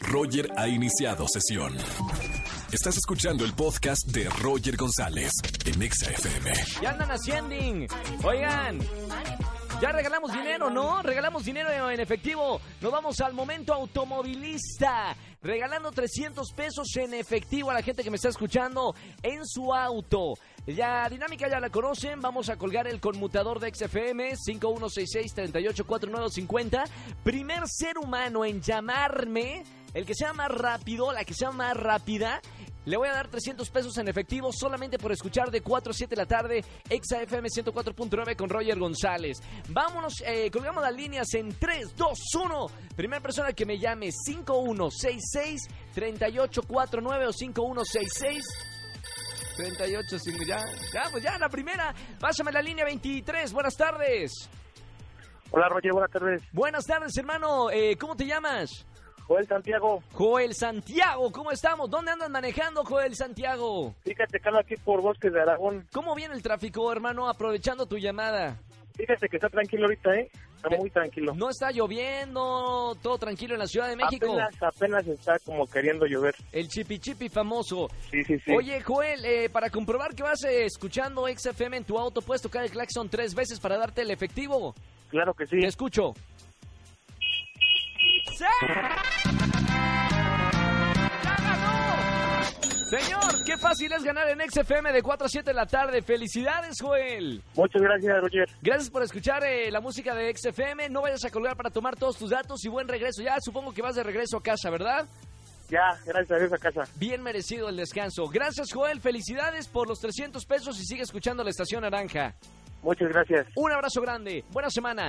Roger ha iniciado sesión. Estás escuchando el podcast de Roger González en Exa FM. Ya andan haciendo. Oigan, ya regalamos dinero, ¿no? Regalamos dinero en efectivo. Nos vamos al momento automovilista. Regalando 300 pesos en efectivo a la gente que me está escuchando en su auto. La dinámica ya la conocen. Vamos a colgar el conmutador de XFM 5166-384950. Primer ser humano en llamarme. El que sea más rápido, la que sea más rápida, le voy a dar 300 pesos en efectivo solamente por escuchar de 4 a 7 de la tarde Exa FM 104.9 con Roger González. Vámonos, eh, colgamos las líneas en 3, 2, 1. Primera persona que me llame 5166 3849 o 5166 385 ya, ya, pues ya, la primera. Pásame la línea 23. Buenas tardes. Hola Roger, buenas tardes. Buenas tardes, hermano. Eh, ¿Cómo te llamas? Joel Santiago, Joel Santiago, ¿cómo estamos? ¿Dónde andas manejando, Joel Santiago? fíjate que ando aquí por Bosques de Aragón. ¿Cómo viene el tráfico, hermano, aprovechando tu llamada? Fíjate que está tranquilo ahorita, ¿eh? Está Pe- muy tranquilo. No está lloviendo, todo tranquilo en la Ciudad de México. Apenas, apenas está como queriendo llover. El chipi chipi famoso. Sí, sí, sí. Oye, Joel, eh, para comprobar que vas eh, escuchando XFM en tu auto, puedes tocar el claxon tres veces para darte el efectivo. claro que sí. Te escucho. ¡Sí! ¡Ya ganó! Señor, qué fácil es ganar en XFM de 4 a 7 de la tarde. ¡Felicidades, Joel! Muchas gracias, Roger. Gracias por escuchar eh, la música de XFM. No vayas a colgar para tomar todos tus datos y buen regreso. Ya supongo que vas de regreso a casa, ¿verdad? Ya, gracias a Dios a casa. Bien merecido el descanso. Gracias, Joel. Felicidades por los 300 pesos y sigue escuchando la Estación Naranja. Muchas gracias. Un abrazo grande. Buena semana.